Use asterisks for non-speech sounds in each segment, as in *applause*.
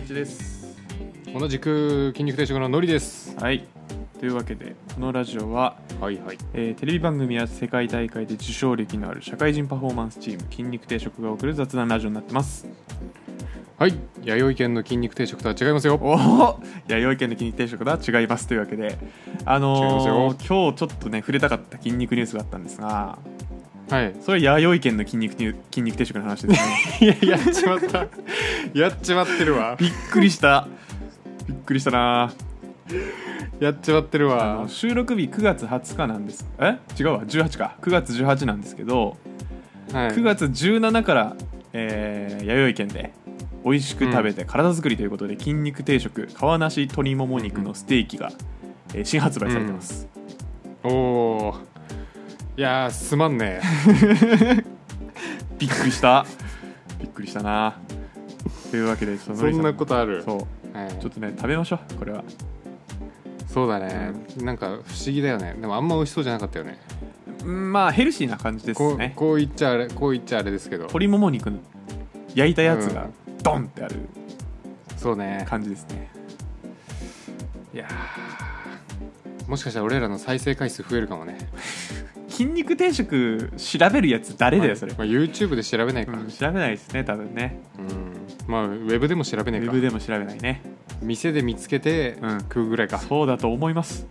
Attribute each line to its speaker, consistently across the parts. Speaker 1: です
Speaker 2: 同じく筋肉定食ののりです
Speaker 1: はいというわけでこのラジオは、
Speaker 2: はいはい
Speaker 1: えーテレビ番組や世界大会で受賞歴のある社会人パフォーマンスチーム筋肉定食が送る雑談ラジオになってます
Speaker 2: はい弥生県の筋肉定食とは違いますよ
Speaker 1: おお弥生県の筋肉定食だ違いますというわけであ
Speaker 2: 違います
Speaker 1: の
Speaker 2: よ
Speaker 1: ー今日ちょっとね触れたかった筋肉ニュースがあったんですが
Speaker 2: はい
Speaker 1: それは弥生県の筋肉ニュー筋肉定食の話です *laughs* ね
Speaker 2: いややっちまった *laughs* やっちまってるわ
Speaker 1: びっくりしたびっくりしたな
Speaker 2: やっちまってる
Speaker 1: あの
Speaker 2: わ
Speaker 1: 収録日9月20日なんですえ違うわ18か9月18なんですけど
Speaker 2: はい
Speaker 1: 9月17から、えー弥生県で美味しく食べて体作りということで、筋肉定食皮なし鶏もも肉のステーキが、えー新発売されてます、
Speaker 2: おおーいやーすまんね
Speaker 1: びっくりした *laughs* びっくりしたなというわけでその
Speaker 2: *laughs* そんなことある
Speaker 1: そう
Speaker 2: はい
Speaker 1: ちょっとね食べましょうこれは
Speaker 2: そうだねなんか不思議だよねでもあんま美味しそうじゃなかったよね
Speaker 1: うんまあヘルシーな感じです
Speaker 2: こう
Speaker 1: ね
Speaker 2: こう言っちゃあれこう言っちゃあれですけど
Speaker 1: 鶏もも肉の焼いたやつがドンってある
Speaker 2: そうね
Speaker 1: 感じですね、いや
Speaker 2: もしかしたら俺らの再生回数増えるかもね
Speaker 1: ー筋肉定食調べるやつ誰だよそれ、
Speaker 2: まあ、YouTube で調べないか、
Speaker 1: うん、調べないですね多分ね
Speaker 2: うんまあウェブでも調べ
Speaker 1: ウ
Speaker 2: ない
Speaker 1: ェ
Speaker 2: か
Speaker 1: ブでも調べないね
Speaker 2: 店で見つけて
Speaker 1: うん
Speaker 2: 食うぐらいか、
Speaker 1: そうだと思います、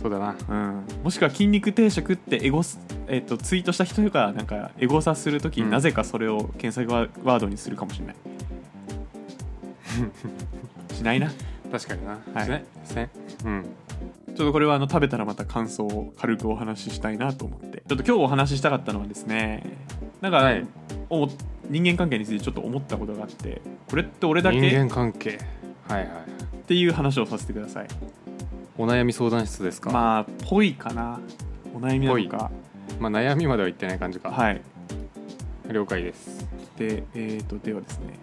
Speaker 2: そうだな
Speaker 1: うん、もしくは筋肉定食ってエゴス、えっとツイートした人がなんかエゴサするとき、
Speaker 2: うん
Speaker 1: なぜかそれを検索ワードにするかもしれ
Speaker 2: *laughs*
Speaker 1: ないしないなち
Speaker 2: 確かにな、
Speaker 1: はい
Speaker 2: ねせうん
Speaker 1: ょっとこれはあの食べたらまた感想を軽くお話ししたいなと思ってちょっと今日お話ししたかったのはですねなんか、
Speaker 2: はい
Speaker 1: お人間関係についてちょっと思ったことがあってこれって俺だ
Speaker 2: 人
Speaker 1: けっ
Speaker 2: 間関係はいはい
Speaker 1: ていう話をさせてください
Speaker 2: お悩み相談室ですか、ま
Speaker 1: まあぽいかなお悩みなのか
Speaker 2: あ、悩みまでは言ってない感じか、
Speaker 1: はい
Speaker 2: 了解です
Speaker 1: で、えー、とではですね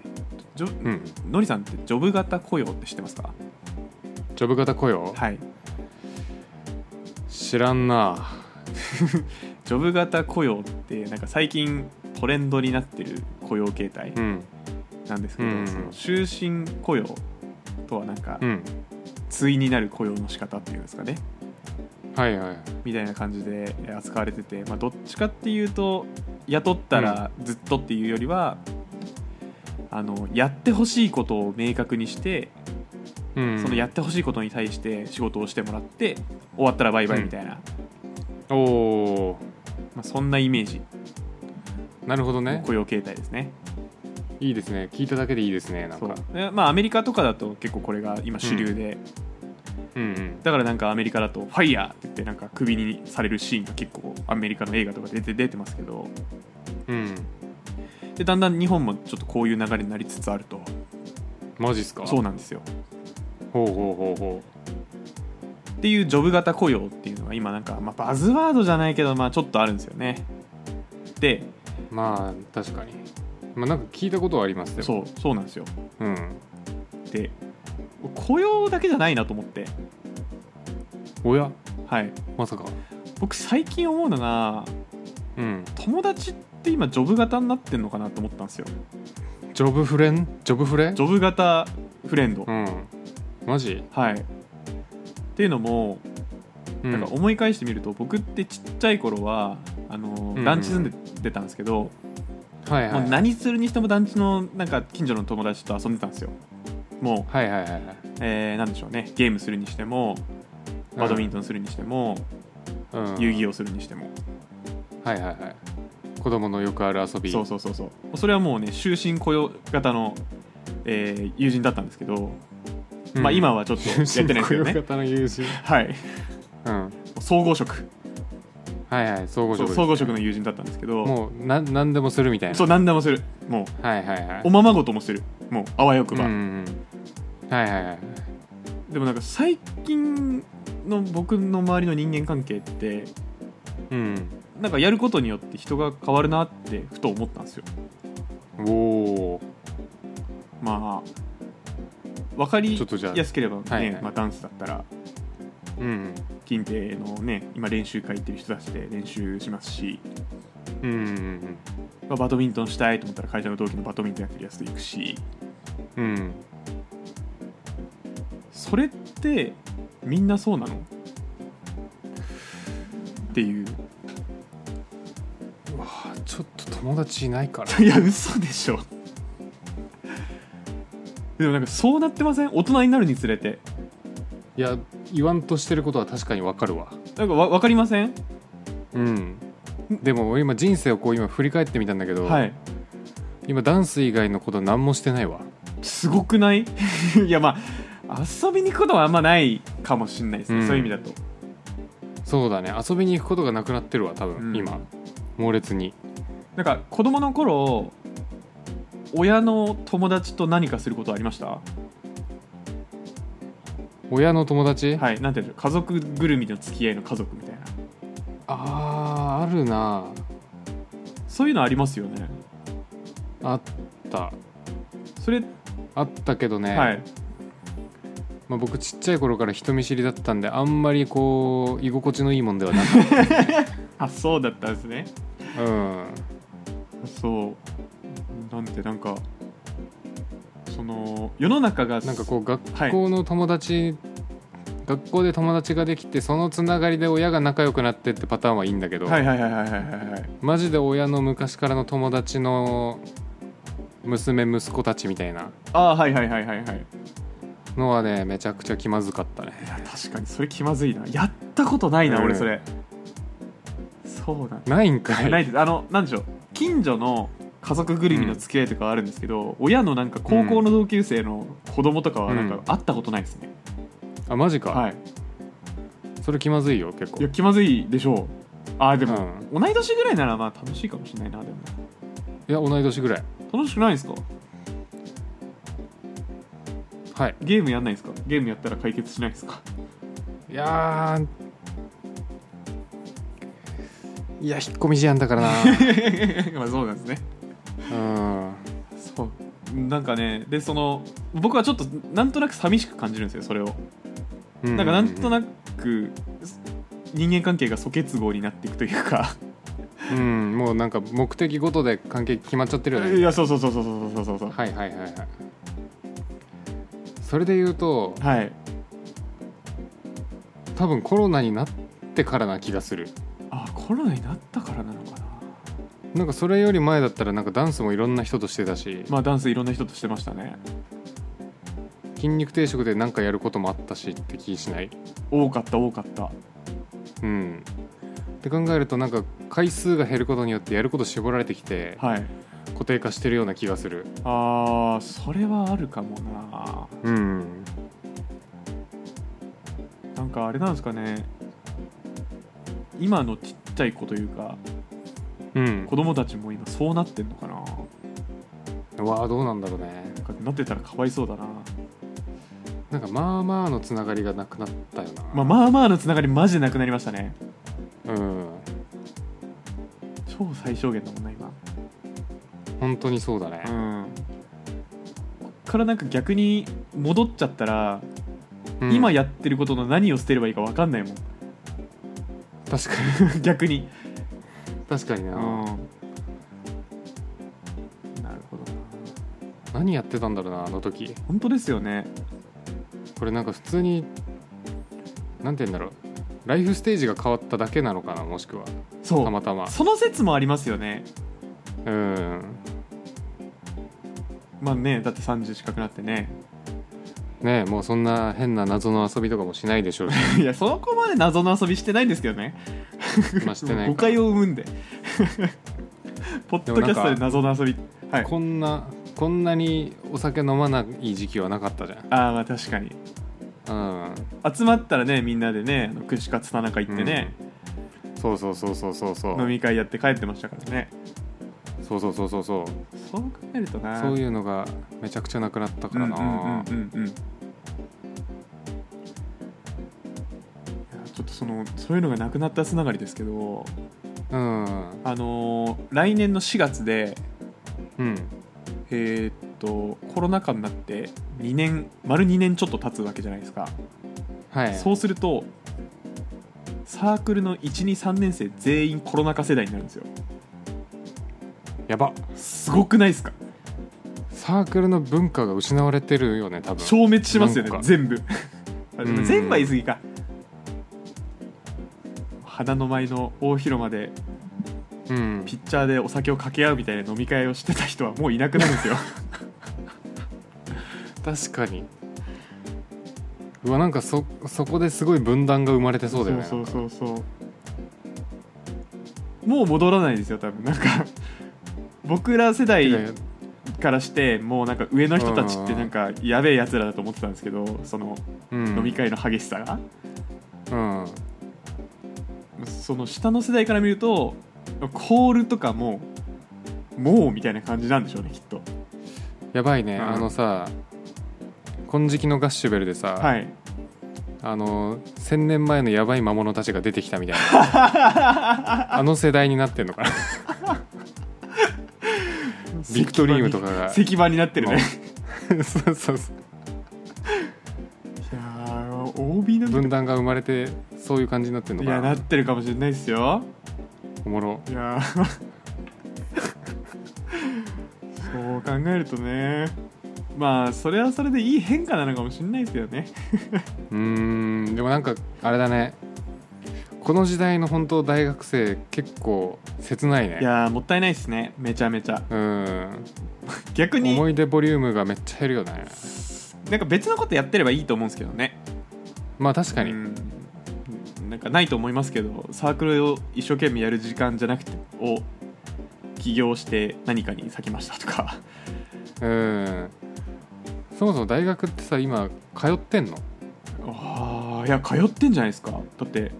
Speaker 1: ジョ、
Speaker 2: うん
Speaker 1: のりさんってジョブ型雇用って知ってますか
Speaker 2: ジョブ型雇用、
Speaker 1: はい
Speaker 2: 知らんな
Speaker 1: ジョブ型雇用ってなんか最近トレンドになってる雇用形態
Speaker 2: うん
Speaker 1: なんですけど、
Speaker 2: うん
Speaker 1: その終身雇用とはなんか
Speaker 2: うん
Speaker 1: 対になる雇用の仕方っていうんですかね
Speaker 2: はいはい
Speaker 1: みたいな感じでえー扱われてて、まあ、どっちかっていうと雇ったらずっとっていうよりは、あのやってほしいことを明確にして
Speaker 2: うん
Speaker 1: そのやってほしいことに対して仕事をしてもらって終わったらバイバイみたいな、
Speaker 2: おお
Speaker 1: まあ、そんなイメージ
Speaker 2: ーなるほどね
Speaker 1: 雇用形態ですね
Speaker 2: いいですね聞いただけでいいですねなん
Speaker 1: そう
Speaker 2: か
Speaker 1: でまあアメリカとかだと結構これが今主流で、
Speaker 2: うんうん
Speaker 1: だからなんかアメリカだと「ファイヤー!」って言ってなんかクビにされるシーンが結構アメリカの映画とかで出て出てますけど
Speaker 2: うん
Speaker 1: でだんだん日本もちょっとこういう流れになりつつあると
Speaker 2: マジっすか
Speaker 1: そうなんですよ
Speaker 2: ほうほうほうほ
Speaker 1: っていうジョブ型雇用っていうのが今なんか、まあ、バズワードじゃないけどまあちょっとあるんですよねで
Speaker 2: うまあ確かにまあなんか聞いたことはありますでも
Speaker 1: そうそうなんですよ
Speaker 2: うん
Speaker 1: で雇用だけじゃないなと思って
Speaker 2: おや
Speaker 1: はい
Speaker 2: まさか
Speaker 1: 僕最近思うのが
Speaker 2: うん
Speaker 1: 友達って今ジョブ型になってんのかなと思ったんですよ
Speaker 2: ジョブフレンジョブフレ
Speaker 1: ジョブ型フレンド、
Speaker 2: うんマジ
Speaker 1: はいっていうのも
Speaker 2: う
Speaker 1: なんか思い返してみると、僕ってちっちゃい頃はあの
Speaker 2: うん
Speaker 1: 団地住んで出たんですけど、
Speaker 2: はいは
Speaker 1: もう
Speaker 2: い
Speaker 1: 何するにしても団地のなんか近所の友達と遊んでたんですよも
Speaker 2: はいはいはいは
Speaker 1: う、えーなんでしょうねゲームするにしても
Speaker 2: うん
Speaker 1: バドミントンするにしても、
Speaker 2: い、うん、
Speaker 1: 遊戯をするにしても、
Speaker 2: はいはいはい子供のよくある遊び
Speaker 1: そうそうそうそうそれはもうね終身雇用型の、えー友人だったんですけど、
Speaker 2: うん
Speaker 1: まあ今はちょっとやってないですけど
Speaker 2: 新
Speaker 1: ね
Speaker 2: 興型の友人
Speaker 1: はい
Speaker 2: うん
Speaker 1: 総合職
Speaker 2: はいはい総合
Speaker 1: そ
Speaker 2: 職
Speaker 1: う
Speaker 2: です
Speaker 1: 総合職の友人だったんですけど
Speaker 2: もうな何でもするみたいな
Speaker 1: そう何でもするもう
Speaker 2: はいはいはい
Speaker 1: おままごともするもうあわよくば、
Speaker 2: うんうんはいはいはい
Speaker 1: でもなんか最近の僕の周りの人間関係って
Speaker 2: うん
Speaker 1: なんかやることによって人が変わるなってふと思ったんですよ
Speaker 2: おお
Speaker 1: まあ分かり
Speaker 2: ちょっとじゃあ
Speaker 1: やすければね、
Speaker 2: はいはい
Speaker 1: まあ、ダンスだったら
Speaker 2: うん
Speaker 1: 近平のね今練習会行ってる人たちで練習しますし、
Speaker 2: うんうん
Speaker 1: まあバドミントンしたいと思ったら会社の同期のバドミントンやってるやつと行くし
Speaker 2: うんうん
Speaker 1: それってみんなそうなのっていう *laughs*
Speaker 2: うわあちょっと友達いないから
Speaker 1: いや嘘でしょ *laughs* でもなんかそうなってません大人になるにつれて
Speaker 2: いや言わんとしてることは確かにわかるわ
Speaker 1: なんかわ分かりません
Speaker 2: うんでも俺今人生をこう今振り返ってみたんだけど、
Speaker 1: はい
Speaker 2: 今ダンス以外のこと何もしてないわ
Speaker 1: すごくない *laughs* いやまあ遊びに行くことはあんまないかもしれないですね、
Speaker 2: うん
Speaker 1: そういう意味だと
Speaker 2: そうだね遊びに行くことがなくなってるわ多分、
Speaker 1: うん
Speaker 2: 今猛烈に
Speaker 1: なんか子供の頃親の友達と何かすることありました
Speaker 2: 親の友達、
Speaker 1: はいなんていうんでしょう家族ぐるみの付き合いの家族みたいな
Speaker 2: あーあるな
Speaker 1: そういうのありますよね
Speaker 2: あった
Speaker 1: それ、
Speaker 2: あったけどね、
Speaker 1: はい
Speaker 2: まあ、僕ちっちゃい頃から人見知りだったんであんまりこう居心地のいいもんではなかっ
Speaker 1: あそうだったんですね *laughs*
Speaker 2: た、うん、
Speaker 1: そうなんてなんかその世の中が
Speaker 2: なんかこう
Speaker 1: はい
Speaker 2: 学校の友達、学校で友達ができてそのつながりで親が仲良くなってってパターンはいいんだけど、
Speaker 1: はいはいはいはいはいはいはい
Speaker 2: マジで親の昔からの友達の娘息子たちみたいな
Speaker 1: あーはいはいはいはいはい
Speaker 2: のはねめちゃくちゃ気まずかったね
Speaker 1: いや確かにそれ気まずいなやったことないな、
Speaker 2: うん
Speaker 1: 俺それそうなんだ
Speaker 2: ないんかい
Speaker 1: ないですあのなんでしょう近所の家族ぐるみの付き合いとかはあるんですけど、親のなんか高校の同級生の子供とかはなん
Speaker 2: う
Speaker 1: か
Speaker 2: ん
Speaker 1: 会ったことないですね、
Speaker 2: あマジか、
Speaker 1: はい
Speaker 2: それ気まずいよ結構
Speaker 1: いや気まずいでしょうあーで
Speaker 2: う
Speaker 1: も、
Speaker 2: ん
Speaker 1: 同い年ぐらいならまあ楽しいかもしれないなでも
Speaker 2: いや同い年ぐらい
Speaker 1: 楽しくないですか
Speaker 2: はい
Speaker 1: ゲームやんないですかゲームやったら解決しないですか
Speaker 2: いやーいや引っ込み思案
Speaker 1: *laughs*
Speaker 2: だから
Speaker 1: *laughs* まあそうなんですね
Speaker 2: なうん
Speaker 1: そうなんかねでその僕はちょっとなんとなく寂しく感じるんですよそれを
Speaker 2: うん
Speaker 1: なんかなんとなく人間関係が素結合になっていくというか
Speaker 2: うんもうなんか目的ごとで関係決まっちゃってるよ
Speaker 1: い
Speaker 2: ね
Speaker 1: やそうそうそうそうそうそうそうそう
Speaker 2: はいはいはいはいそれで言うと
Speaker 1: はい
Speaker 2: 多分コロナになってからな気がする
Speaker 1: あコロナになったからなのかな
Speaker 2: なんかそれより前だったらなんかダンスもいろんな人としてたし、
Speaker 1: まあダンスいろんな人としてましたね
Speaker 2: 筋肉定食でなんかやることもあったしって気しない
Speaker 1: 多かった多かった
Speaker 2: うんって考えるとなんか回数が減ることによってやること絞られてきて
Speaker 1: はい
Speaker 2: 固定化してるような気がする
Speaker 1: あーそれはあるかもな
Speaker 2: うん
Speaker 1: なんかあれなんですかね今のちっちゃい子というか
Speaker 2: うん
Speaker 1: 子供たちも今そうなってんのかな
Speaker 2: うわあどうなんだろうね
Speaker 1: なんかなってたらかわいそうだな、
Speaker 2: なんかまあまあのつながりがなくなったよな
Speaker 1: まあ、まあまあのつながりマジでなくなりましたね
Speaker 2: うん
Speaker 1: 超最小限だもんな今
Speaker 2: 本当にそうだね
Speaker 1: うんこっからなんか逆に戻っちゃったら、
Speaker 2: うん
Speaker 1: 今やってることの何を捨てればいいか分かん *laughs* ないもん
Speaker 2: 確か
Speaker 1: 逆に
Speaker 2: に *laughs* 確かに
Speaker 1: う
Speaker 2: な、
Speaker 1: んなるほどな
Speaker 2: 何やってたんだろうなあの時
Speaker 1: 本当ですよね
Speaker 2: これなんか普通になんて言うんだろうライフステージが変わっただけなのかなもしくは
Speaker 1: そ
Speaker 2: た
Speaker 1: う
Speaker 2: またま
Speaker 1: その説もありますよね
Speaker 2: うん
Speaker 1: まあねだって30近くなってね *laughs*
Speaker 2: ねえもうそんな変な謎の遊びとかもしないでし *laughs* ょうし
Speaker 1: いやそこまで謎の遊びしてないんですけどね
Speaker 2: まあしてない
Speaker 1: 誤解を生むんで *laughs* ポッドキャストで謎の遊びはい
Speaker 2: こんなこんなにお酒飲まない時期はなかったじ
Speaker 1: ああまあ確かに
Speaker 2: ゃんうん
Speaker 1: 集まったらねみんなでねあの串カツ田中行ってね、
Speaker 2: そうそうそうそうそうそう
Speaker 1: 飲み会やって帰ってましたからね
Speaker 2: そうそうそうそうそう
Speaker 1: そう考えるとな
Speaker 2: そう
Speaker 1: う
Speaker 2: いうのがめちゃくちゃなくなったからな、
Speaker 1: んうんうんうんうんいやちょっとそのそういうのがなくなったつながりですけど
Speaker 2: うん
Speaker 1: あのー来年の4月で
Speaker 2: うん
Speaker 1: えーっとコロナ禍になって2年丸2年ちょっと経つわけじゃないですか、
Speaker 2: はい
Speaker 1: そうするとサークルの123年生全員コロナ禍世代になるんですよ
Speaker 2: やば
Speaker 1: すごくないですか
Speaker 2: サークルの文化が失われてるよね多分
Speaker 1: 消滅しますよね
Speaker 2: なんか
Speaker 1: 全部 *laughs* あでも
Speaker 2: うん
Speaker 1: 前は言い過ぎか花の舞の大広間で
Speaker 2: うん
Speaker 1: ピッチャーでお酒を掛け合うみたいな飲み会をしてた人はもういなくなるんですよ
Speaker 2: 確かにうわなんかそそこですごい分断が生まれて *laughs* そうだよね
Speaker 1: そう
Speaker 2: う
Speaker 1: そうそうそうもう戻らないですよ多分なんか *laughs* 僕ら世代からしてもうなんか上の人たちってなんかやべえやつらだと思ってたんですけどその
Speaker 2: ん、
Speaker 1: 飲み会の激しさが、
Speaker 2: うん
Speaker 1: その下の世代から見るとコールとかももうみたいな感じなんでしょうねきっと
Speaker 2: やばいね、
Speaker 1: うん
Speaker 2: あのさ金色のガッシュベルでさ、
Speaker 1: はい
Speaker 2: あの1000年前のやばい魔物たちが出てきたみたい
Speaker 1: *laughs*
Speaker 2: なあの世代になってんのかなビクトリームとかが
Speaker 1: 石板になってるね
Speaker 2: *laughs* そうそうそう
Speaker 1: いやー OB の
Speaker 2: 分断が生まれてそういう感じになってんの
Speaker 1: い
Speaker 2: か
Speaker 1: や
Speaker 2: な
Speaker 1: なってるかもしれないですよ
Speaker 2: おもろ
Speaker 1: いやー *laughs* そう考えるとねまあそれはそれでいい変化なのかもしれないですけどね
Speaker 2: うーんでもなんかあれだねこの時代の本当大学生結構切ないね
Speaker 1: いやーもったいないですねめちゃめちゃ
Speaker 2: うん
Speaker 1: 逆に
Speaker 2: 思い出ボリュームがめっちゃ減るよね
Speaker 1: なんか別のことやってればいいと思うんですけどね
Speaker 2: まあ確かに、
Speaker 1: うんなんかないと思いますけどサークルを一生懸命やる時間じゃなくてを起業して何かに割きましたと
Speaker 2: *laughs*
Speaker 1: か
Speaker 2: うんそもそも大学ってさ今通ってんの
Speaker 1: あーいや通ってんじゃないですかだって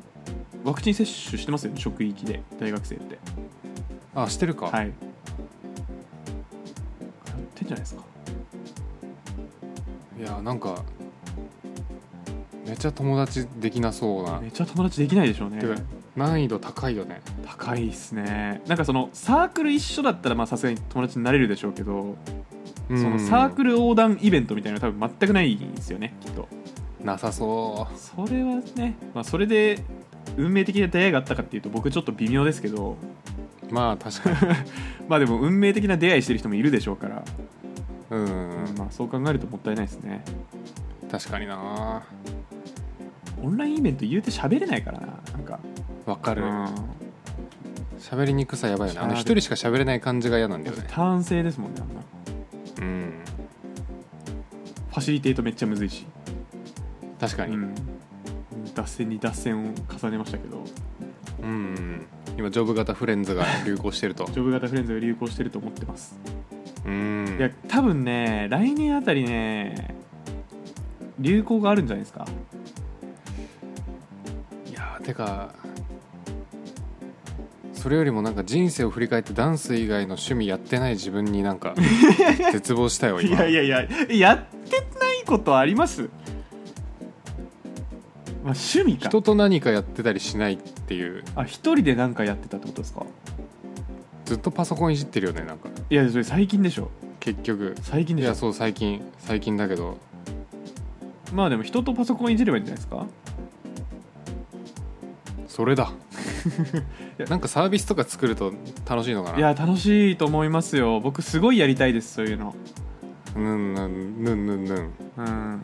Speaker 1: ワクチン接種してますよね職域で大学生って
Speaker 2: あしてるか、
Speaker 1: はい通ってんじゃないですか
Speaker 2: い、やなんかめちゃ友達できなそうな、
Speaker 1: めっちゃ友達できないでしょうね
Speaker 2: てか難易度高いよね
Speaker 1: 高いっすねなんかそのサークル一緒だったらまあさすがに友達になれるでしょうけど、そのサーク
Speaker 2: ル
Speaker 1: ル横断イベントみたいなのは多分全くないんですよねきっと
Speaker 2: なさそ
Speaker 1: それはね、まあ、それで運命的な出会いがあったかっていうと僕ちょっと微妙ですけど
Speaker 2: うまあ確か
Speaker 1: *laughs*
Speaker 2: に
Speaker 1: まあでも運命的な出会いしてる人もいるでしょうから、
Speaker 2: うん、
Speaker 1: まあ、そう考えるともったいないですね
Speaker 2: 確かにな
Speaker 1: オンラインイベント言うて喋れないからななんか、
Speaker 2: わか
Speaker 1: う
Speaker 2: る
Speaker 1: ん、
Speaker 2: 喋、りにくさやばいよねあの
Speaker 1: 喋る
Speaker 2: 一人しか喋れない感じが嫌なんだよね
Speaker 1: 単性ですもんねあんな
Speaker 2: うん
Speaker 1: ファシリテートめっちゃむずいし、
Speaker 2: 確か
Speaker 1: う
Speaker 2: に、うん
Speaker 1: ん、脱線に脱線を重ねましたけど
Speaker 2: うん今ジョブ型フレンズが流行して
Speaker 1: *laughs*
Speaker 2: ると
Speaker 1: ジョブ型フレンズが流行してると思ってます
Speaker 2: うん
Speaker 1: いや多分ね来年あたりね流行があるんじゃないですか
Speaker 2: いやーてかそれよりもなんか人生を振り返ってダンス以外の趣味やってない自分にな
Speaker 1: *laughs*
Speaker 2: んか絶望したよ
Speaker 1: い
Speaker 2: 今
Speaker 1: やいやいややってないことあります、まあ、趣味か
Speaker 2: 人と何かやってたりしないっていう
Speaker 1: あ一人で何かやってたってことですか
Speaker 2: ずっとパソコンいじってるよねなんか
Speaker 1: いやそれ最近でしょ
Speaker 2: 結局
Speaker 1: 最近
Speaker 2: い
Speaker 1: でし
Speaker 2: や
Speaker 1: ょ
Speaker 2: そう最近最近だけど
Speaker 1: まあでも人とパソコンいじればいいんじゃないですか
Speaker 2: そ
Speaker 1: *laughs*
Speaker 2: れだ
Speaker 1: いや
Speaker 2: なんかサービスとか作ると楽しいのかない
Speaker 1: や楽しいと思いますよ僕すごいやりたいですそういうの
Speaker 2: うんうんぬんぬんぬん
Speaker 1: うん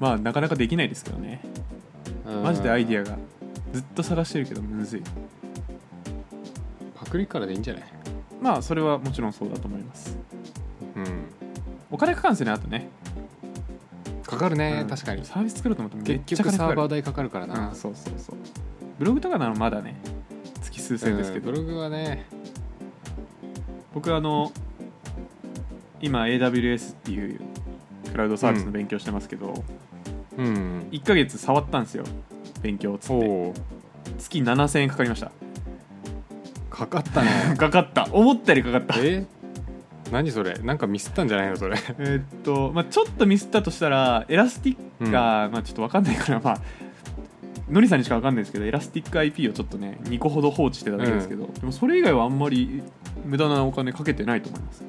Speaker 1: まあなかなかできないですけどねマジでアイディア
Speaker 2: が
Speaker 1: がずっと探してるけどむずい
Speaker 2: パクリからでいいんじゃない
Speaker 1: まあそれはもちろんそうだと思います
Speaker 2: うん
Speaker 1: お金かかるんですよねあとね、
Speaker 2: かかるね、
Speaker 1: うん
Speaker 2: 確かに
Speaker 1: サービス作ろうと思ってもめっ
Speaker 2: 結
Speaker 1: ちゃ金
Speaker 2: 局
Speaker 1: かか
Speaker 2: サ
Speaker 1: る
Speaker 2: ーバー代かかるからな、
Speaker 1: うん、そうそうそうブログとかならまだね月数千円ですけど、
Speaker 2: うんブログはね
Speaker 1: 僕あの今 AWS っていうクラウドサービスの勉強してますけど、
Speaker 2: うん
Speaker 1: 1ヶ月触ったんですよ勉強っつって
Speaker 2: お
Speaker 1: 月7000円かかりました
Speaker 2: かかった *laughs* ね
Speaker 1: *laughs* かかった思ったよりかかった
Speaker 2: え何それなんかミスったんじゃないのそれ *laughs*
Speaker 1: えーっと、まあ、ちょっとミスったとしたらエラスティックが、まあ、ちょっと分かんないからまあのりさんにしか分かんないですけどエラスティック IP をちょっとね2個ほど放置してただけですけど、でもそれ以外はあんまり無駄なお金かけてないと思います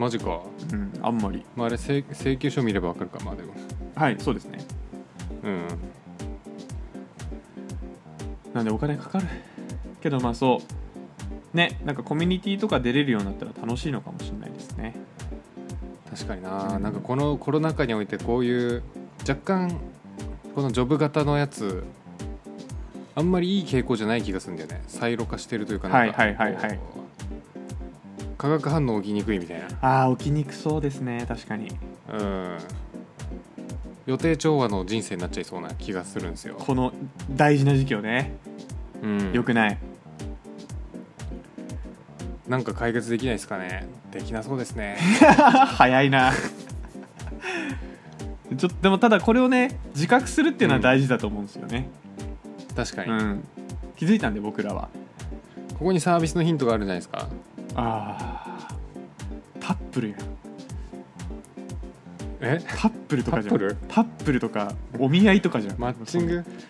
Speaker 2: マジか、
Speaker 1: うんあんまり
Speaker 2: まあ、あれ請請求書見ればわかるかまあでも
Speaker 1: はいそうですね
Speaker 2: うん
Speaker 1: なんでお金かかるけどまあそうねなんかコミュニティとか出れるようになったら楽しいのかもしれないですね
Speaker 2: 確かにな、
Speaker 1: うん
Speaker 2: なんかこのコロナ禍においてこういう若干このジョブ型のやつあんまりいい傾向じゃない気がするんだよねサイロ化してるというかなんか
Speaker 1: はいはいはいはい
Speaker 2: こう化学反応起きにくいみたい
Speaker 1: ああ起きにくそうですね確かに
Speaker 2: なうん予定調和の人生になっちゃいそうな気がするんですよ、
Speaker 1: この大事な時期をね
Speaker 2: うん、
Speaker 1: よくない *laughs*
Speaker 2: なんか解決できないですかねできなそうですね
Speaker 1: 早いな *laughs* ちょっとでもただこれをね自覚するっていうのは大事だと思うんですよね、
Speaker 2: 確かに、
Speaker 1: うん、気づいたんで僕らは
Speaker 2: ここにサービスのヒントがあるんじゃないですか
Speaker 1: あータップルやん
Speaker 2: え
Speaker 1: タップルとかじゃん
Speaker 2: タップル
Speaker 1: タップルとかお見合いとかじゃん
Speaker 2: マッチングマッ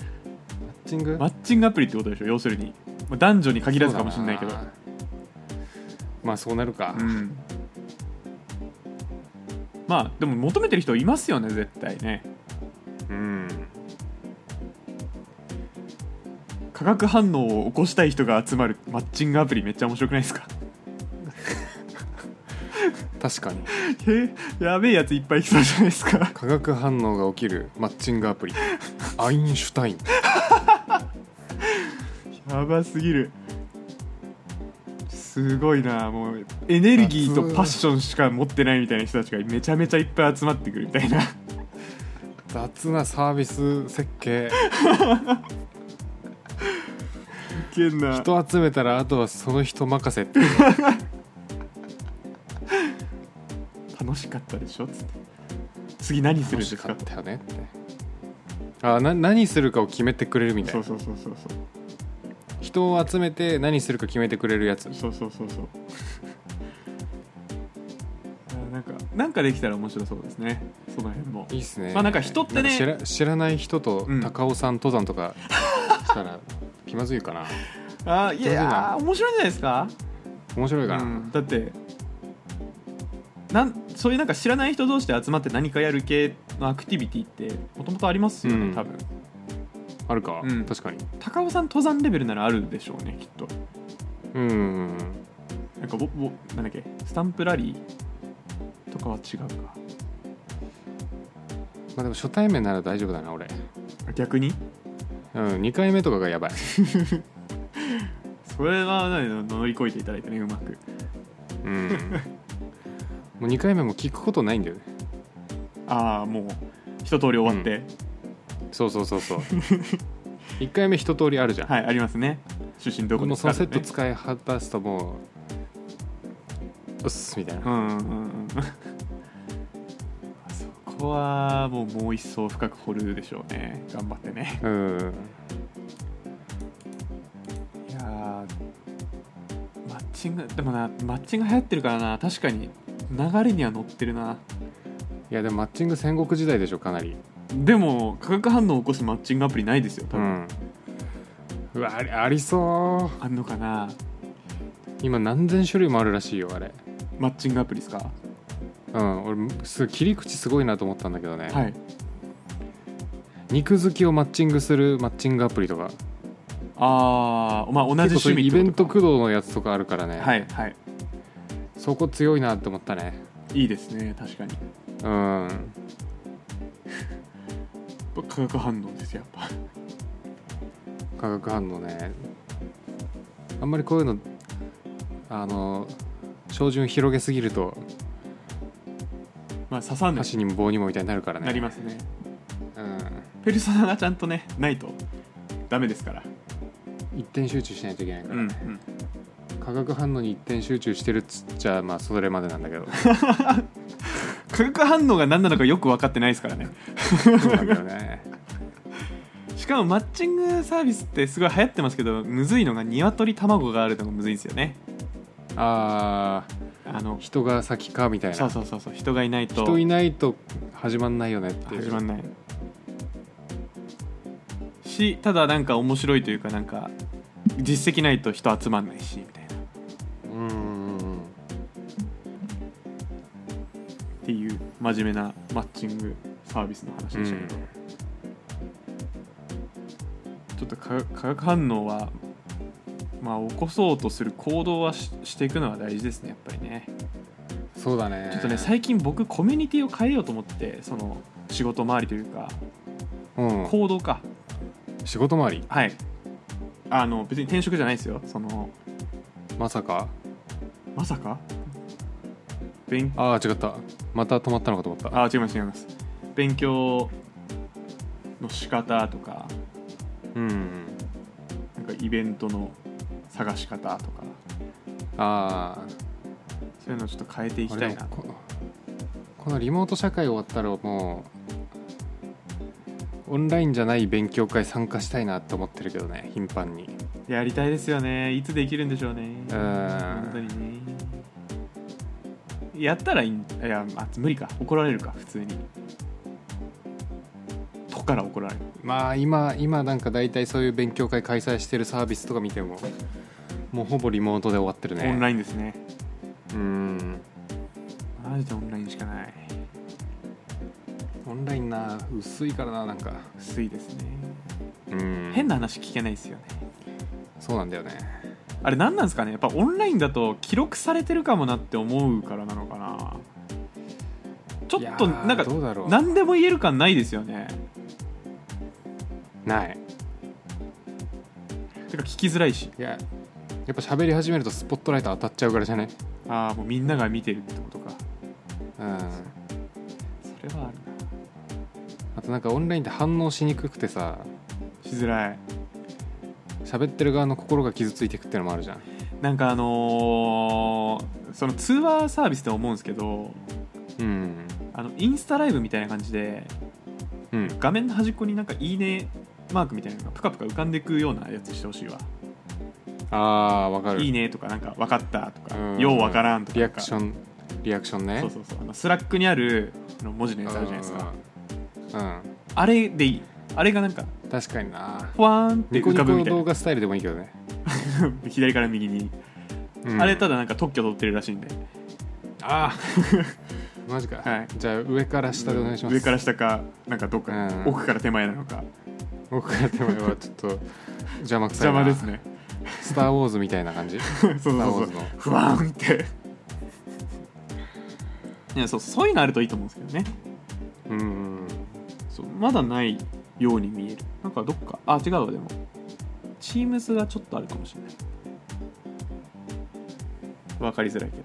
Speaker 2: チング
Speaker 1: マッチングアプリってことでしょ要するにまあ男女に限らずかもしれないけど
Speaker 2: そうだまあそうなるか、
Speaker 1: うんまあでも求めてる人いますよね絶対ね
Speaker 2: うん
Speaker 1: 化学反応を起こしたい人が集まるマッチングアプリめっちゃ面白くないですか *laughs*
Speaker 2: 確かに
Speaker 1: えやべえやついっぱい来そうじゃないですか *laughs*
Speaker 2: 化学反応が起きるマッチングアプリアインシュタイン
Speaker 1: やばすぎるすごいなもうエネルギーとパッションしか持ってないみたいな人たちがめちゃめちゃいっぱい集まってくるみたいな
Speaker 2: 雑なサービス設計
Speaker 1: いけんな
Speaker 2: 人集めたらあとはその人任せっていう
Speaker 1: 楽しかったでしょつって次何するんで
Speaker 2: 楽し
Speaker 1: す
Speaker 2: か
Speaker 1: か
Speaker 2: っ、たよねってあな何するかを決めてくれるみたい
Speaker 1: そうそ
Speaker 2: な
Speaker 1: うそうそうそう
Speaker 2: 人を集めて何するか決めてくれるやつ
Speaker 1: そうそうそうそう *laughs* あなんかなんかできたら面白そうですねその辺も
Speaker 2: いいっすね
Speaker 1: まあなんか人ってね
Speaker 2: なんか知ら知らない人と
Speaker 1: うん
Speaker 2: 高尾山登山とかし
Speaker 1: *laughs*
Speaker 2: たら気まずいかな
Speaker 1: あいやい
Speaker 2: 上手だ
Speaker 1: や面白いんじゃないですか
Speaker 2: 面白いかな、
Speaker 1: うんだってなんそういうなんか知らない人同士で集まって何かやる系のアクティビティってもともとありますよね、
Speaker 2: うん
Speaker 1: 多分
Speaker 2: あるか、
Speaker 1: うん
Speaker 2: 確かに
Speaker 1: 高尾さん登山レベルならあるでしょうねきっと
Speaker 2: うんうん
Speaker 1: なんかぼぼなんだっけスタンプラリーとかは違うか
Speaker 2: まあでも初対面なら大丈夫だな俺
Speaker 1: 逆に
Speaker 2: うん2回目とかがやばい
Speaker 1: それは何乗り越えていただいてねうまく
Speaker 2: うん
Speaker 1: *laughs*
Speaker 2: もう2回目も聞くことないんだよね
Speaker 1: ああもう一通り終わって、
Speaker 2: そうそうそうそう1回目 *laughs* 一通りあるじゃん、
Speaker 1: はいありますね出身どこ
Speaker 2: も
Speaker 1: で
Speaker 2: う
Speaker 1: す
Speaker 2: そ
Speaker 1: か
Speaker 2: のセット
Speaker 1: とか
Speaker 2: 使い果たすともううっすみたいな、
Speaker 1: うんうんうんうんそこはもうもう一層深く掘るでしょうね頑張ってね
Speaker 2: うん、
Speaker 1: いやーマッチングでもなマッチング流行ってるからな確かに流れには乗ってるない
Speaker 2: やでもマッチング戦国時代でしょかなり
Speaker 1: でも化学反応を起こすマッチングアプリないですよ多
Speaker 2: う
Speaker 1: 分、
Speaker 2: んうわありありそう
Speaker 1: あんのかな
Speaker 2: 今何千種類もあるらしいよあれ
Speaker 1: マッチングアプリですか
Speaker 2: うん俺す切り口すごいなと思ったんだけどね、
Speaker 1: はい
Speaker 2: 肉好きをマッチングするマッチングアプリとか
Speaker 1: ああまあ同じ
Speaker 2: 結構そう
Speaker 1: 趣味
Speaker 2: いうイ
Speaker 1: って
Speaker 2: ベ
Speaker 1: こと
Speaker 2: ント
Speaker 1: か
Speaker 2: 駆動のやつとかあるからね、
Speaker 1: はいはい
Speaker 2: そこ強いなって思ったね
Speaker 1: いいですね確かに
Speaker 2: うん
Speaker 1: 化学反応ですよやっ
Speaker 2: 化学反応ねあんまりこういうのあの照準広げすぎると
Speaker 1: ぱ *laughs* まあ刺さんない
Speaker 2: 箸にも棒にもみたいになるからね
Speaker 1: なりますね
Speaker 2: うん
Speaker 1: ペルソナがちゃんとねないとダメですから
Speaker 2: 一点集中しないといけないか
Speaker 1: う
Speaker 2: ら、
Speaker 1: ん、
Speaker 2: 化学反応に一点集中してるっつっちゃまあそれまでな
Speaker 1: *laughs*
Speaker 2: んだけど
Speaker 1: 化学反応が何なのかよく分かってないですからね
Speaker 2: そうなんだよね
Speaker 1: しかもマッチングサービスってすごい流行ってますけどむずいのが鶏卵があるのがむずいんですよね
Speaker 2: ああ
Speaker 1: あの
Speaker 2: 人が先かみたい
Speaker 1: そう
Speaker 2: な
Speaker 1: そうそうそう人がいないと
Speaker 2: 人いないと始まんないよねっていう
Speaker 1: 始まんないしただなんか面白いというかなんか実績ないと人集まんないしみたいなっ
Speaker 2: うんうんうん
Speaker 1: ていう真面目なマッチングサービスの話
Speaker 2: う
Speaker 1: でしたけど、
Speaker 2: ん
Speaker 1: ちょっと化化学反応は、まあ、起こそうとする行動はししていくのは大事ですねやっぱりね
Speaker 2: そうだね
Speaker 1: ちょっとね最近僕コミュニティを変えようと思ってその仕事周りというか
Speaker 2: うん、
Speaker 1: 行動か
Speaker 2: 仕事周り
Speaker 1: はいあの別に転職じゃないですよその
Speaker 2: まさか
Speaker 1: まさか勉
Speaker 2: ああ違ったまた止まったのかと思った
Speaker 1: あ違います違います勉強の仕方とか
Speaker 2: うん
Speaker 1: なんかイベントの探し方とか
Speaker 2: あ
Speaker 1: そういうのをちょっと変えてい
Speaker 2: あ
Speaker 1: きたいな
Speaker 2: ここのリモート社会終わったらもうオンラインじゃない勉強会参加したいなと思ってるけどね頻繁に
Speaker 1: やりたいですよねいつできるんでしょうね
Speaker 2: うん
Speaker 1: 本当にねやったらいいんいやあ無理か怒られるか普通にとから怒られる
Speaker 2: まあ今今なんか大体そういう勉強会開催してるサービスとか見てももうほぼリモートで終わってるね
Speaker 1: オンラ
Speaker 2: イ
Speaker 1: インですね
Speaker 2: ンうん
Speaker 1: マジでオンラインしかない
Speaker 2: オンラインな薄いからななんか
Speaker 1: 薄いですね
Speaker 2: うん
Speaker 1: 変な話聞けないですよね
Speaker 2: そうなんだよね
Speaker 1: あれ何なんですかねやっぱオンラインだと記録されてるかもなって思うからなのかなちょっと
Speaker 2: いやー
Speaker 1: なんか
Speaker 2: どうだろう
Speaker 1: 何でも言える感ないですよね
Speaker 2: ない
Speaker 1: てか聞きづらいし
Speaker 2: いややっぱ喋り始めるとスポットライト当たっちゃうからじゃない
Speaker 1: ああもうみんなが見てるってことか
Speaker 2: うん
Speaker 1: それはあるな
Speaker 2: あとなんかオンラインって反応しにくくてさ
Speaker 1: しづらい
Speaker 2: 喋ってる側の心が傷ついてくってのもあるじゃん
Speaker 1: なんかあのーその通話サービスで思うんですけど
Speaker 2: うん
Speaker 1: あのインスタライブみたいな感じで
Speaker 2: うん
Speaker 1: 画面の端っこになんかいいねマークみたいなのがプカプカ浮かんでいくようなやつしてほしいわ
Speaker 2: あーわかる
Speaker 1: いいねとかなんか分かったとか
Speaker 2: うん
Speaker 1: ようわからんとか
Speaker 2: リ
Speaker 1: なん
Speaker 2: ア
Speaker 1: か
Speaker 2: クションリアクションね
Speaker 1: そうそうそうあのスラックにあるあの文字のやつあるじゃないですか
Speaker 2: うん
Speaker 1: あれでいいあれがなんか
Speaker 2: うん確かにな
Speaker 1: ふわーんって
Speaker 2: ニコ
Speaker 1: 浮
Speaker 2: ニ
Speaker 1: か
Speaker 2: コ
Speaker 1: ぶ
Speaker 2: の
Speaker 1: みたい
Speaker 2: 動
Speaker 1: な
Speaker 2: 画スタイルでもいいけどね、
Speaker 1: *laughs* 左から右に、
Speaker 2: うん
Speaker 1: あれただなんか特許取ってるらしいんで、
Speaker 2: あ
Speaker 1: *laughs*
Speaker 2: あマジか、
Speaker 1: はい
Speaker 2: じゃあ上から下でお願いします、
Speaker 1: 上から下かなんかどっか、
Speaker 2: うん
Speaker 1: 奥から手前なのか
Speaker 2: 僕から手前はちょっと邪魔くさい
Speaker 1: 邪
Speaker 2: な
Speaker 1: 魔ですね
Speaker 2: 「スター・ウォーズ」みたいな感じ
Speaker 1: *laughs* そうそう
Speaker 2: なる
Speaker 1: そ
Speaker 2: ほ
Speaker 1: う
Speaker 2: ど
Speaker 1: ふわーんっていやそうそういうのあるといいと思うんですけどね
Speaker 2: うんうん
Speaker 1: そうまだないように見えるなんかどっかあ違うわでも Teams がちょっとあるかもしれないわかりづらいけど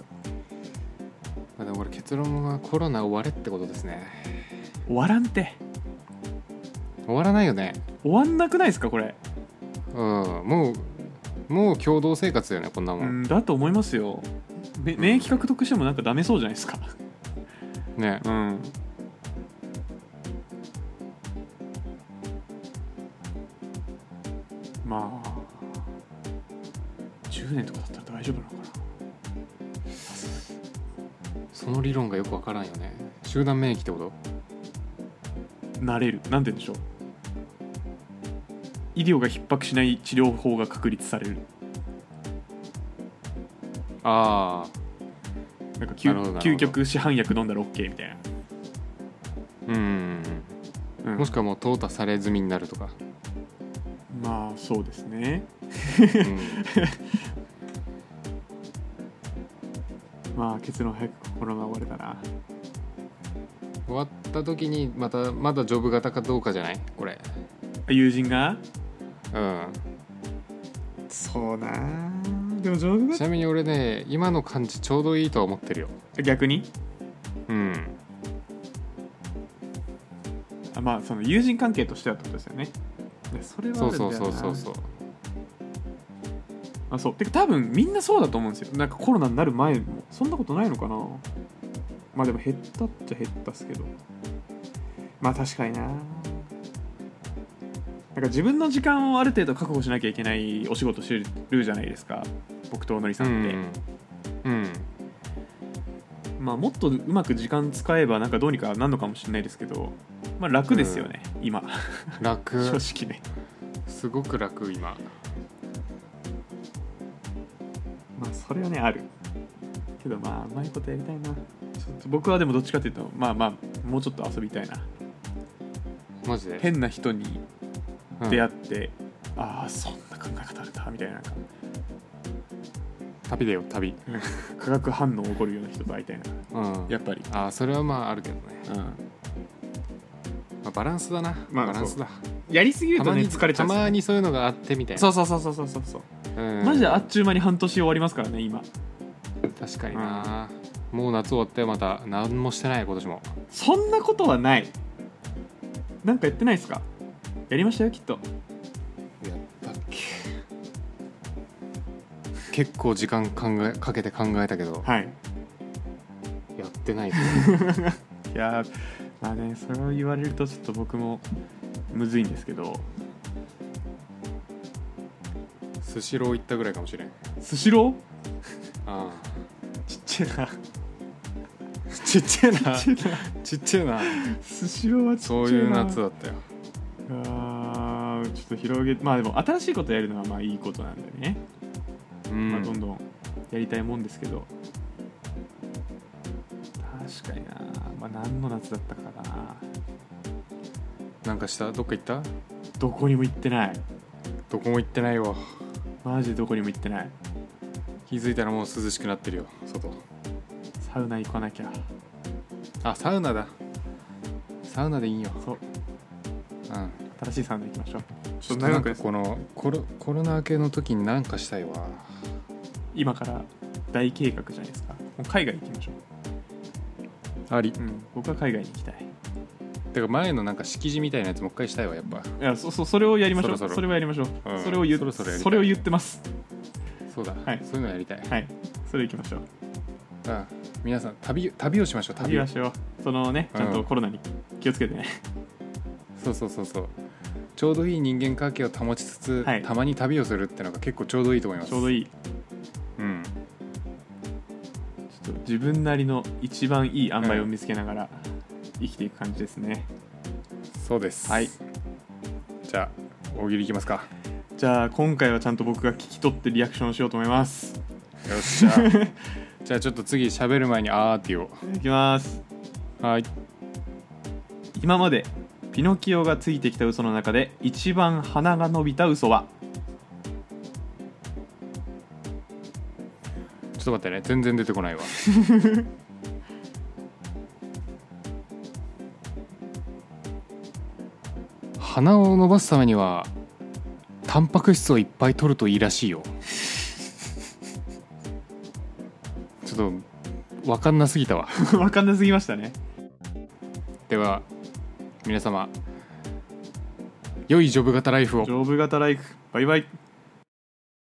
Speaker 2: まあ、でもこれ結論はコロナ終われってことですね
Speaker 1: 終わらんて
Speaker 2: 終わらないよね
Speaker 1: 終わんなくないですかこれ
Speaker 2: うんもうもう共同生活だよねこんなも、
Speaker 1: うんんだと思いますよめ免疫獲得してもなんかダメそうじゃないですか
Speaker 2: ね
Speaker 1: うんまあ10年とかだったら大丈夫なのかな
Speaker 2: その理論がよく分からんよね集団免疫ってこと
Speaker 1: なれるなんて言うんでしょう医療が逼迫しない治療法が確立される
Speaker 2: ああ
Speaker 1: なんか究
Speaker 2: なるほどなるほど
Speaker 1: 究極市販薬飲んだら OK みたい
Speaker 2: うんうん
Speaker 1: な、う
Speaker 2: うん
Speaker 1: ん
Speaker 2: もしくはもう淘汰され済みにな
Speaker 1: *laughs*
Speaker 2: るとか、
Speaker 1: まあそうですね
Speaker 2: うん、
Speaker 1: まあ結論早くコロナ終われたな
Speaker 2: 終わった時にまたまだジョブ型かどうかじゃないこれ
Speaker 1: 友人が
Speaker 2: うん
Speaker 1: そうなでも丈夫
Speaker 2: ちなみに俺ね今の感じちょうどいいとは思ってるよ
Speaker 1: 逆に
Speaker 2: うん
Speaker 1: あまあその友人関係としてはってことですよねいやそれは
Speaker 2: そ
Speaker 1: あ
Speaker 2: う
Speaker 1: るんだ
Speaker 2: そ
Speaker 1: よ
Speaker 2: う
Speaker 1: な
Speaker 2: そうそうそう
Speaker 1: あそうてか多分みんなそうだと思うんですよなんかコロナになる前もそんなことないのかなまあでも減ったっちゃ減ったっすけどまあ確かにななんか自分の時間をある程度確保しなきゃいけないお仕事してるじゃないですか僕とのりさ
Speaker 2: うん
Speaker 1: って、
Speaker 2: んうん
Speaker 1: まあ、もっとうまく時間使えばなんかどうにかなんのかもしれないですけど、まあ、楽ですよね、今
Speaker 2: 楽
Speaker 1: *laughs* 正直ね、
Speaker 2: すごく楽今
Speaker 1: まあ、それはねあるけどまあうまいことやりたいなちょっと僕はでもどっちかっていうとまあまあもうちょっと遊びたいな
Speaker 2: マジで
Speaker 1: 変な人に
Speaker 2: うん
Speaker 1: 出会って、ああそんな考え方あるんだみたいななんか
Speaker 2: 旅だよ旅
Speaker 1: 化学反応起こるような人大体な
Speaker 2: うん
Speaker 1: やっぱり、
Speaker 2: あーそれはまああるけどね、
Speaker 1: うん、
Speaker 2: まあ、バランスだな、
Speaker 1: まあ
Speaker 2: バランスだ
Speaker 1: やりすぎる
Speaker 2: た
Speaker 1: と
Speaker 2: ま
Speaker 1: ね
Speaker 2: に
Speaker 1: 疲れちゃうん
Speaker 2: た
Speaker 1: ですよ
Speaker 2: まにそういうのがあってみたいな
Speaker 1: そうそうそうそうそうそうそう
Speaker 2: うん
Speaker 1: マジであっちゅう間に半年終わりますからね今
Speaker 2: 確かにな、もう夏終わってまた何もしてない今年も
Speaker 1: そんなことはないなんかやってないですかやりましたよきっと
Speaker 2: やったっけ結構時間考えかけて考えたけど
Speaker 1: はい
Speaker 2: やって
Speaker 1: *laughs*
Speaker 2: ないぞ
Speaker 1: いやーまあねそれを言われるとちょっと僕もむずいんですけど
Speaker 2: スシロー行ったぐらいかもしれん
Speaker 1: スシロ *laughs*
Speaker 2: あ
Speaker 1: ーちっちゃいな
Speaker 2: あちっちゃいな
Speaker 1: ちっちゃいな
Speaker 2: ちっちゃいな
Speaker 1: スシローはちっちゃい
Speaker 2: そ
Speaker 1: な
Speaker 2: ういう夏だったよ
Speaker 1: あーちょっと広げまあでも新しいことやるのはまあいいことなんだよね、
Speaker 2: うん、
Speaker 1: まあ、どんどんやりたいもんですけど確かになまあ何の夏だったかな
Speaker 2: なんかしたどっか行った
Speaker 1: どこにも行ってない
Speaker 2: どこも行ってないわ
Speaker 1: マジでどこにも行ってない
Speaker 2: 気づいたらもう涼しくなってるよ外
Speaker 1: サウナ行かなきゃ
Speaker 2: あサウナだサウナでいいよ
Speaker 1: そう
Speaker 2: うん
Speaker 1: 新しいサウナ行きましょう
Speaker 2: ちょっとな
Speaker 1: 長
Speaker 2: ん
Speaker 1: く
Speaker 2: か
Speaker 1: です
Speaker 2: このコロコロナ明けの時に何かしたいわ
Speaker 1: 今から大計画じゃないですかもう海外行きましょ
Speaker 2: あり
Speaker 1: う、うん、僕は海外に行きたい
Speaker 2: てか前のなんか敷地みたいなやつもう一回したいわやっぱ
Speaker 1: いやそそそれをやりましょう
Speaker 2: そろそろ
Speaker 1: れをやりましょう、
Speaker 2: うん
Speaker 1: それを言っ
Speaker 2: そろそろやりたい
Speaker 1: それを言ってます
Speaker 2: そうだ、
Speaker 1: はい
Speaker 2: そういうのやりたい、
Speaker 1: はいそれ行きましょう
Speaker 2: うん、皆さん旅旅をしましょう
Speaker 1: 旅
Speaker 2: 旅を
Speaker 1: はしようそのねちゃん
Speaker 2: う
Speaker 1: と
Speaker 2: ん
Speaker 1: コロナに気をつけてね、
Speaker 2: そうそうそうそうちょうどいい人間関係を保ちつつ、
Speaker 1: はい
Speaker 2: たまに旅をするってのが結構ちょうどいいと思います
Speaker 1: ちょうど
Speaker 2: い、
Speaker 1: いい
Speaker 2: うん、
Speaker 1: ちょっと自分なりの一番いい塩梅を見つけながら生きていく感じですね、
Speaker 2: そうです
Speaker 1: はい
Speaker 2: じゃあ大喜利いきますか
Speaker 1: じゃあ今回はちゃんと僕が聞き取ってリアクションをしようと思います
Speaker 2: よ
Speaker 1: *laughs*
Speaker 2: っしゃじゃあちょっと次喋る前にあーって言おう
Speaker 1: いきます
Speaker 2: はい
Speaker 1: 今までピノキオがついてきた嘘の中で一番鼻が伸びた嘘は
Speaker 2: ちょっと待ってね全然出てこないわ鼻を伸ばすためにはタンパク質をいっぱい取るといいらしいよちょっと分かんなすぎたわ
Speaker 1: *laughs* 分かんなすぎましたね
Speaker 2: では皆様良いジョブ型ライフを
Speaker 1: 丈夫型ライフバイバイ